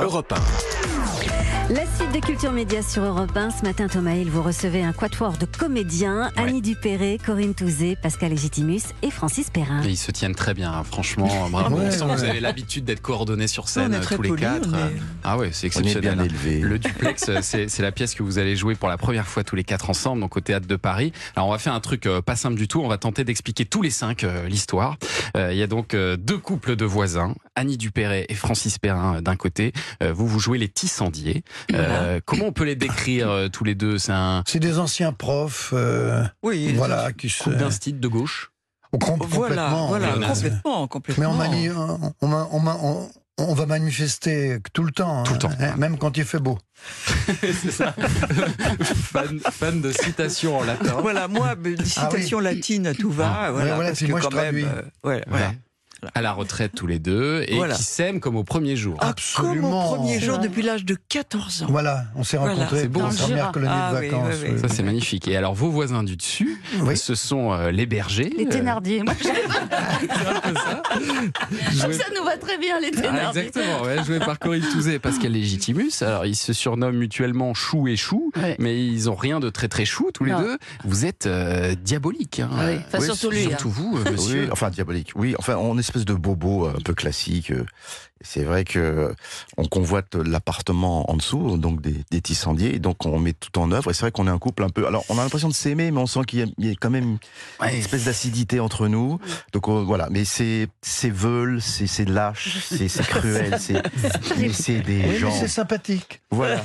Europe 1. La suite de Culture Média sur Europe 1. Ce matin, Thomas Hill, vous recevez un quatuor de comédiens. Annie Dupéré, Corinne Touzé, Pascal Légitimus et Francis Perrin. Et ils se tiennent très bien, hein, franchement. Bravo. Ah. Ouais, on sent que vous ouais. avez l'habitude d'être coordonnés sur On scène euh, est très tous les polis, quatre. on est- Ah ouais, c'est exceptionnel. bien hein. élevés. Le duplex, euh, c'est c'est la pièce que vous allez jouer pour la première fois tous les quatre ensemble, donc au théâtre de Paris. Alors on va faire un truc euh, pas simple du tout. On va tenter d'expliquer tous les cinq euh, l'histoire. Euh, Il y a donc euh, deux couples de voisins, Annie Dupéret et Francis Perrin euh, d'un côté. Euh, vous vous jouez les Tissandiers. Euh, Comment on peut les décrire euh, tous les deux C'est un C'est des anciens profs, euh, Oui, voilà, qui se. couple d'un style de gauche. On com- Voilà, complètement. euh, voilà, mais- complètement, Mais complètement. on, mani- on, on ma- on ma- on- on va manifester tout le temps. hein, Tout le temps. hein, Même quand il fait beau. c'est ça. fan, fan de citation en latin. Voilà, moi, b- citation latine à tout va. voilà, voilà, parce puis que moi, je quand même, traduis. euh, voilà, Ouais. voilà. À la retraite tous les deux et Voilà. qui s'aiment comme au premier jour. Ah, Comme Absolument. au premier C'est jour vrai. depuis l'âge de 14 ans. Voilà, on s'est Voilà. rencontrés C'est beau, dans la ça. première colonie Ah de oui, vacances. euh, oui, oui. Ça c'est magnifique. Et alors vos voisins du dessus, Oui. ce sont euh, les bergers. Les euh, Thénardier. Moi, je trouve joués- ça nous va très bien, les Ah, Thénardier. exactement, ouais, joués par Corinne Touzé et Pascal Légitimus. Alors, ils se surnomment mutuellement chou et chou, Ouais. mais ils ont rien de très très chou tous les Non. Ah deux. Vous êtes euh, diabolique. hein. Ouais. Enfin, Oui, surtout lui, Surtout vous, euh, monsieur. Oui, enfin diabolique. Oui, enfin on espèce de bobo euh, un peu classique. euh. C'est vrai que euh, on convoite l'appartement en dessous, donc des, des tissandiers, et donc on met tout en œuvre. Et c'est vrai qu'on est un couple un peu. Alors on a l'impression de s'aimer, mais on sent qu'il y, a- il y a quand même Ouais. une espèce d'acidité entre nous. Donc on- voilà, mais c'est c'est veule, c'est c'est lâche, c'est c'est cruel, c'est mais c'est des Oui, mais gens. c'est sympathique. Ah Voilà.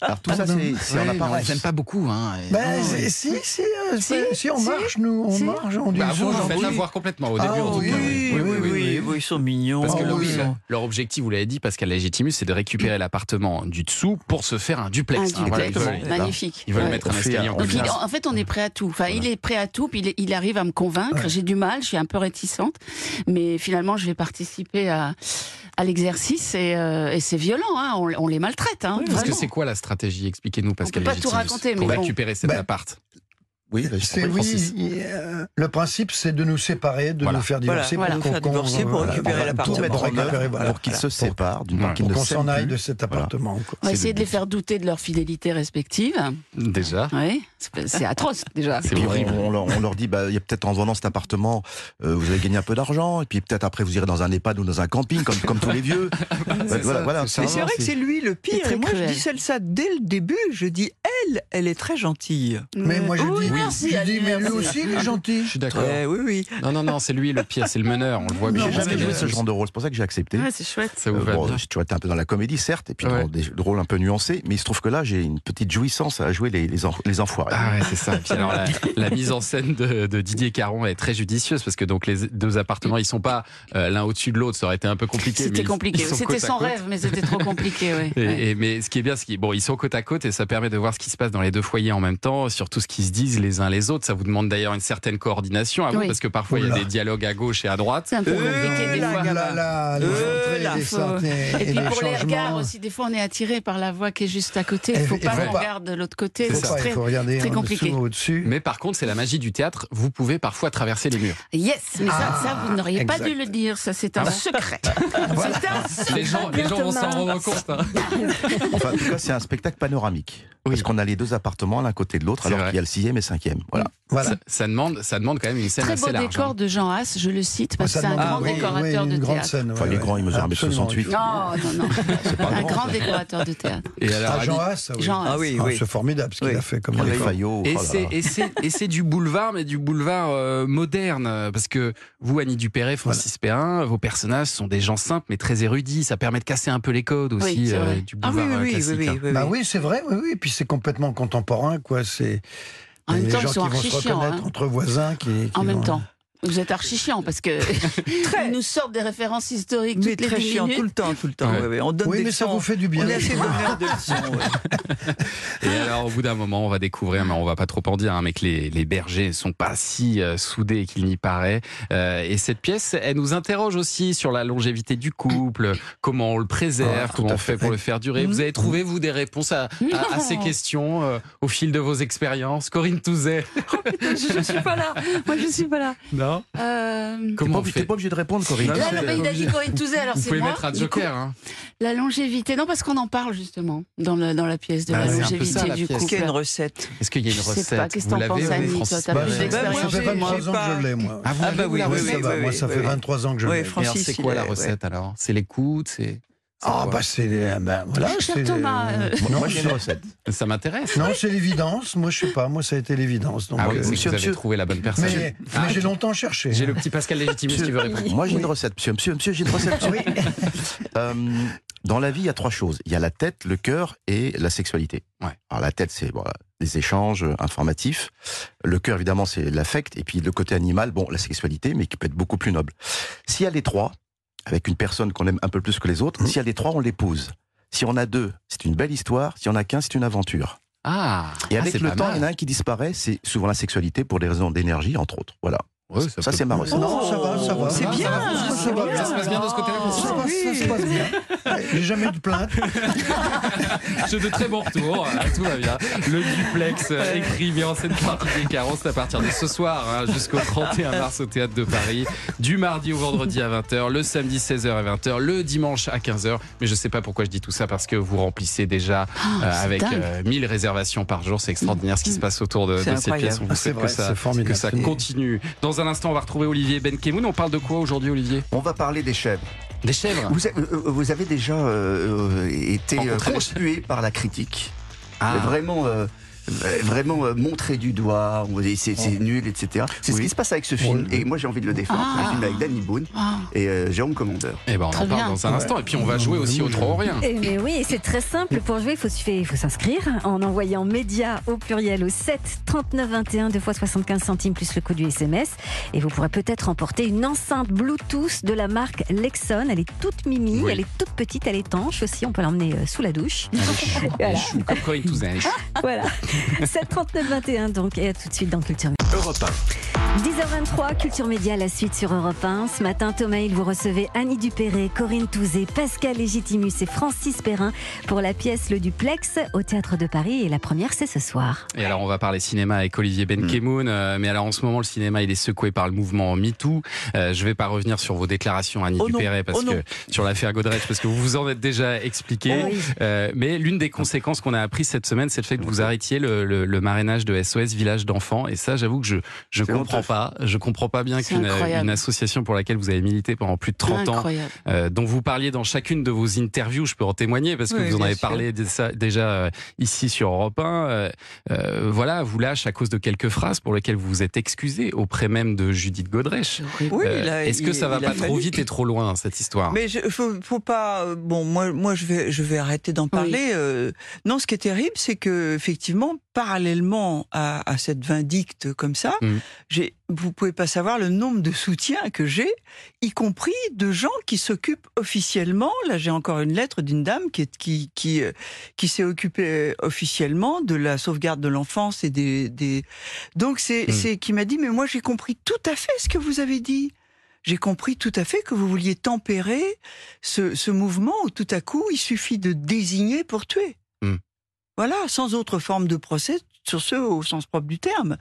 Alors tout ça c'est c'est en Ouais, mais on les apparence. aime pas beaucoup. Hein. Bah, Et- Ben, Non, c'est- ouais. si, si, euh, Si, c'est- si, on si, marche, nous, on si. marche, on dit Bah, ils vous, sont vous faites gentils. avoir complètement au début Ah, en tout Oui, cas. oui, oui, oui, oui, ils sont mignons. Parce que Oh, leur, oui. leur objectif, vous l'avez dit, Pascal Légitimus, c'est de récupérer l'appartement du dessous pour se faire un duplex. Un Hein, voilà, duplex, ils veulent- magnifique. Ils veulent Ouais. mettre On un fait escalier un- en on Donc plus. il- en fait, on est prêt à tout. Enfin, il est prêt à tout, puis il, il arrive à me convaincre. J'ai du mal, je suis un peu réticente, mais finalement, je vais participer à, à l'exercice et, euh, et c'est violent. hein. On, on les maltraite. Hein, Parce que vraiment. c'est quoi la stratégie Expliquez-nous, Pascal peut pas tout Légitimus, raconter, pour mais bon. récupérer cet Ben, appart. Oui, bah, je C'est comprends, Francis. oui, il- euh, le principe c'est de nous séparer, de Voilà. nous faire Voilà, divorcer voilà, pour faire qu'on- divorcer pour voilà, récupérer voilà, l'appartement. tout mettre en Pour récupérer, voilà. Pour qu'ils se séparent, d'une part Ouais. qu'ils Pour ne qu'on s'en s'aiment aille plus. de cet Voilà. appartement. quoi. On va c'est essayer le de les but. faire douter de leur fidélité respective. Déjà. Ouais. C'est c'est atroce déjà. C'est Puis horrible. on, on leur, on leur dit, bah, il y a peut-être en vendant cet appartement, euh, vous allez gagner un peu d'argent, et puis peut-être après vous irez dans un EHPad ou dans un camping, comme, comme tous les vieux. Bah, voilà, voilà, Mais c'est vrai que c'est lui le C'est pire. très Et moi, je cruel. dis celle ça dès le début. Je dis elle, elle est très gentille. Mais moi je Oui, dis, merci, je Annie, dis mais lui merci. aussi il est Je gentil. suis d'accord. Ouais, Eh oui, oui. Non, non, non, c'est lui le pire, c'est le meneur, on le voit Mais bien. j'ai Parce jamais que joué ce genre de rôle, c'est pour ça que j'ai accepté. Ouais, c'est chouette. Ça vous Euh, va bon, bien. j'ai toujours été un peu dans la comédie, certes, et puis Ouais. dans des rôles un peu nuancés, mais il se trouve que là, j'ai une petite jouissance à jouer les, les, en- les enfoirés. Ah ouais, c'est ça. Et puis alors, la, la mise en scène de, de Didier Caron est très judicieuse parce que donc les deux appartements, ils sont pas euh, l'un au-dessus de l'autre, ça aurait été un peu compliqué. mais C'était ils- compliqué. ils sont C'était côte à sans côte. rêve, mais c'était trop compliqué. ouais. Ouais. Et, et- mais ce qui est bien, c'est qu'ils bon, ils sont côte à côte et ça permet de voir ce qui se passe dans les deux foyers en même temps, surtout ce qu'ils se disent les uns les autres. Ça vous demande d'ailleurs une certaine coordination à vous, Oui. parce que parfois il y a Oula. des dialogues à gauche et à droite. C'est un peu Euh, compliqué des là, fois. Oh là là, les Euh, entrées, la les faut- sorties Et, et puis les pour les regards changements. aussi, des fois on est attiré par la voix qui est juste à côté. Et- Il faut et pas faut qu'on pas. regarde de l'autre côté. C'est Faut C'est pas, très- il faut regarder très en compliqué. dessous, au-dessus. Mais par contre, c'est la magie du théâtre, vous pouvez parfois traverser les murs. Yes, mais ça, Ah, ça vous n'auriez pas exact. Ah, dû le dire. Ça, c'est Bah, un secret. C'est un secret. Les gens, les gens vont s'en rendre compte. hein. Enfin, en tout cas, c'est un spectacle panoramique. Parce qu'on a les deux appartements l'un côté de l'autre, C'est alors vrai. qu'il y a le sixième et cinquième. Voilà. Voilà. Ça, ça demande, ça demande quand même une scène Très assez beau large. décor hein. de Jean Haas, je le cite, parce que Oh, Ça c'est un demande- grand oui, décorateur oui, une de grande théâtre. scène, Enfin, ouais, les ouais. grands, il mesure Absolument. 1m68. Non, non, non. C'est pas Un grand. grand décorateur de théâtre. Et alors, Ah, Jean Annie- Haas, oui. Jean Haas. Ah oui, Ah, oui. C'est formidable ce qu'il Oui. a fait comme Les décor. faillots. oh Et là c'est- là. et c'est et c'est du boulevard, mais du boulevard euh, moderne. euh, Parce que vous, Annie Dupéret, Francis Perrin, vos personnages sont des gens simples mais très érudits. Ça permet de casser un peu les codes aussi Oui, c'est vrai. du Ah oui, boulevard oui, euh, oui, classique. oui, oui, hein. oui. Bah oui, c'est vrai, oui, oui. Et puis c'est complètement contemporain, quoi. C'est En les même temps, gens ils sont qui vont archi se chiants. reconnaître hein. entre voisins qui. qui En même vont- temps. Vous êtes archi chiants parce que ils nous sortent des références historiques Mais toutes les très dix chiant, tout minutes. le temps, tout le temps. Ouais. ouais, ouais. On donne Oui, des mais ça leçons. vous fait du bien. On est assez donneur de leçons. ouais. Et alors, au bout d'un moment, on va découvrir, mais on va pas trop en dire, hein, mais que les, les bergers sont pas si euh, soudés qu'il n'y paraît. Euh, et cette pièce, elle nous interroge aussi sur la longévité du couple, comment on le préserve, Ah, tout comment à on fait fait. Mm-hmm. pour le faire durer. Vous avez trouvé, vous, des réponses à, à- à ces Non. questions euh, au fil de vos expériences Corinne Touzet Je ne suis pas là. Moi, je suis pas là. Non Anna Euh, T'es pas, Comment on obligé- t'es fait pas obligé de répondre, Corinne. Non, Là, non, non, mais il a dit Corinne Touzet, alors Vous c'est pouvez moi. mettre à Du Joker. coup, hein. La longévité, non, parce qu'on en parle justement dans, le- dans la pièce de Bah, la c'est un peu ça, longévité la du pièce. Est-ce qu'il y a une couple. recette Est-ce qu'il y a Je une sais pas, recéance qu'est-ce que t'en penses, Annie, toi, t'as Bah, plus ça- d'expérience ça fait que moi. 23 ans que je l'ai, moi. Ah, vous Ah, l'avez, bah vous, oui, la Oui, recette ça va, oui, moi, oui, ça oui, fait oui. 23 ans que je Oui, l'ai. Mais alors, Francis, c'est il quoi est- la ouais. recette alors C'est l'écoute c'est... c'est Ah, quoi bah, c'est. les- Ben voilà. Cher c'est les- Thomas, euh, Non, Moi, j'ai une c'est- recette. Ça m'intéresse. Non, c'est l'évidence. Moi, je sais pas. Moi, ça a été l'évidence. Donc, Ah oui, euh, c'est Oh, que bah, monsieur, vous avez monsieur. trouvé la bonne personne. Mais, Ah, mais j'ai longtemps cherché. J'ai le petit Pascal Légitimus qui veut répondre. Moi, j'ai une recette, monsieur, monsieur, monsieur, j'ai une recette. Ah monsieur. Oh, Euh, dans la vie, il y a trois choses. Il y a la tête, le cœur et la sexualité. Ouais. Alors, la tête, c'est bon, les échanges euh, informatifs. Le cœur, évidemment, c'est l'affect. Et puis, le côté animal, bon, la sexualité, mais qui peut être beaucoup plus noble. S'il y a les trois, avec une personne qu'on aime un peu plus que les Mm. autres, s'il y a les trois, on l'épouse. Si on a deux, c'est une belle histoire. Si on a qu'un, c'est une aventure. Ah, Et ah, avec c'est le pas temps, il y en mal. a un qui disparaît. C'est souvent la sexualité pour des raisons d'énergie, entre autres. Voilà. Ouais, Ça, peut- c'est ma recette. Non, ça va, ça va. C'est Ça va, bien, ça va, c'est Oh, ça va bien. Ah Ça se passe bien de ce côté-là. Ça se passe- ça se passe bien. Ouais, J'ai jamais eu de plainte. J'ai de très bons retours, euh, tout va bien. Le duplex euh, écrit bien en scène par Didier Caron, c'est à partir de ce soir hein, jusqu'au 31 mars au Théâtre de Paris, du mardi au vendredi à 20h, le samedi 16h à 20h, le dimanche à 15h. Mais je sais pas pourquoi je dis tout ça parce que vous remplissez déjà Ah, euh, Ah, c'est avec dingue. euh, 1000 réservations par jour. C'est extraordinaire ce qui se passe autour de, C'est de ces incroyable. pièces. On Ah, vous C'est souhaite vrai, que ça, c'est formidable. que ça continue. Dans un instant, on va retrouver Olivier Benkemoun. On parle de quoi aujourd'hui, Olivier On va parler des chèvres. Des chèvres. Vous, avez- euh, vous avez déjà euh, euh, été euh, Rencontré des conspué par la critique. Ah. Vraiment. euh, euh, vraiment euh, montré du doigt, on dit c'est Oh. c'est nul, etc. C'est ce qui se passe avec ce film, et moi j'ai envie de le défendre. Ah. Un film avec Danny Boone Ah. et euh, Jérôme Commandeur. Eh ben, on en Très parle bien. dans un instant. Et puis, on va jouer aussi au 3 ou rien. Eh, mais oui, et c'est très simple. Pour jouer, il faut, se- il faut s'inscrire en envoyant média au pluriel au 7 39 21 2 fois 75 centimes plus le coût du SMS. Et vous pourrez peut-être remporter une enceinte Bluetooth de la marque Lexon. Elle est toute mimi, Oui. elle est toute petite, elle est étanche aussi. On peut l'emmener euh, sous la douche. Elle est chou, elle est chou, comme Corinne Touzin, elle est chou. Voilà. 7 39 21 donc et à tout de suite dans Culture Média. 10h23, Culture Média, la suite sur Europe 1. Ce matin, Thomas, il vous recevez Annie Dupéré, Corinne Touzé, Pascal Légitimus et Francis Perrin pour la pièce Le Duplex au Théâtre de Paris. Et la première, c'est ce soir. Et alors, on va parler cinéma avec Olivier Benkemoun. Euh, mais alors, en ce moment, le cinéma, il est secoué par le mouvement MeToo. Euh, je vais pas revenir sur vos déclarations, Annie Oh non, Dupéret, parce oh non. Oh que sur l'affaire Godrej, parce que vous vous en êtes déjà expliqué. Oui. Euh, mais l'une des conséquences qu'on a appris cette semaine, c'est le fait que vous arrêtiez le, le- le marénage de SOS Village d'enfants. Et ça, j'avoue que je je C'est comprends honteux. pas. Je comprends pas bien C'est qu'une euh, incroyable. une association pour laquelle vous avez milité pendant plus de 30 ans Incroyable. euh, dont vous parliez dans chacune de vos interviews, je peux en témoigner parce que Oui, vous en bien avez sûr. parlé de ça déjà euh, ici sur Europe 1. euh, euh, voilà, vous lâche à cause de quelques phrases pour lesquelles vous vous êtes excusé auprès même de Judith Godrèche. Oui, Euh, il a- Est-ce que il- ça va il a pas trop fallu. vite et trop loin cette histoire Mais je, faut, faut pas. euh, Bon, moi, moi, je vais, je vais arrêter d'en parler. euh, non, ce qui est terrible, c'est que effectivement, parallèlement à, à cette vindicte comme ça, Mm. j'ai, vous pouvez pas savoir le nombre de soutiens que j'ai, y compris de gens qui s'occupent officiellement. Là, j'ai encore une lettre d'une dame qui est, qui qui euh, qui s'est occupée euh, officiellement de la sauvegarde de l'enfance et des des. Donc c'est Mm. c'est qui m'a dit mais moi j'ai compris tout à fait ce que vous avez dit. J'ai compris tout à fait que vous vouliez tempérer ce, ce mouvement où tout à coup il suffit de désigner pour tuer. Hmm. Voilà, sans autre forme de procès sur ce au sens propre du terme.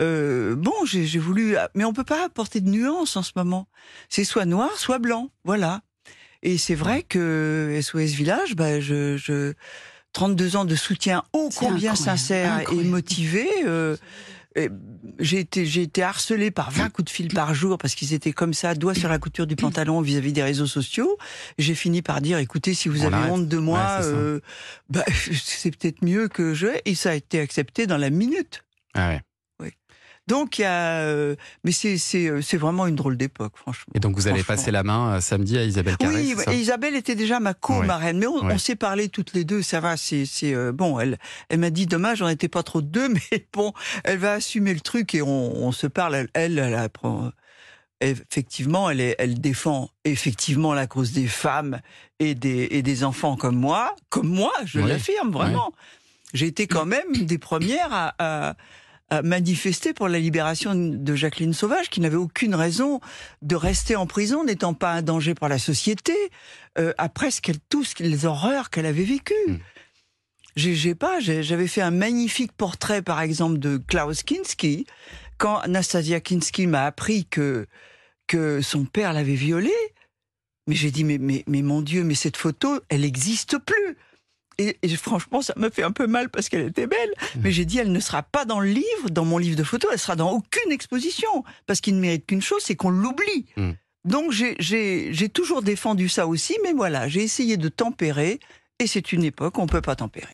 Euh, bon, j'ai j'ai voulu, ah, mais on peut pas apporter de nuances en ce moment. C'est soit noir, soit blanc, voilà. Et c'est vrai que SOS Village, bah, je, je 32 ans de soutien ô C'est combien incroyable, sincère incroyable. et motivé. euh, et j'ai été, j'ai été harcelée par 20 coups de fil par jour parce qu'ils étaient comme ça, doigts sur la couture du pantalon vis-à-vis des réseaux sociaux. J'ai fini par dire, écoutez, si vous On avez arrête. honte de moi, Ouais, c'est ça. euh, bah, c'est peut-être mieux que je. Et ça a été accepté dans la minute. Ah ouais. Donc il y a, euh, mais c'est c'est euh, c'est vraiment une drôle d'époque, franchement. Et donc vous allez Franchement. passer la main euh, samedi à Isabelle Carré. Oui, c'est ça et Isabelle était déjà ma co-marraine, mais on, Ouais. on s'est parlé toutes les deux, ça va, c'est c'est, euh, bon, elle elle m'a dit dommage, on n'était pas trop deux, mais bon, elle va assumer le truc et on, on se parle, elle, elle, elle apprend- Effectivement, elle, est, elle défend effectivement la cause des femmes et des, et des enfants comme moi, comme moi, je Ouais. l'affirme vraiment. J'ai été quand même des premières à, à- à manifester pour la libération de Jacqueline Sauvage, qui n'avait aucune raison de rester en prison, n'étant pas un danger pour la société, euh, après ce qu'elle, tout ce que- les horreurs qu'elle avait vécues. Mm. J'ai j'ai pas, j'ai- j'avais fait un magnifique portrait, par exemple, de Klaus Kinski, quand Anastasia Kinski m'a appris que, que son père l'avait violée, mais j'ai dit, mais, mais, mais mon Dieu, mais cette photo, elle n'existe plus. Et, et franchement, ça me fait un peu mal parce qu'elle était belle. Mais j'ai dit, elle ne sera pas dans le livre, dans mon livre de photos, elle sera dans aucune exposition. Parce qu'il ne mérite qu'une chose, c'est qu'on l'oublie. Mm. Donc j'ai- j'ai j'ai toujours défendu ça aussi, mais voilà, j'ai essayé de tempérer. Et c'est une époque, où on ne peut pas tempérer.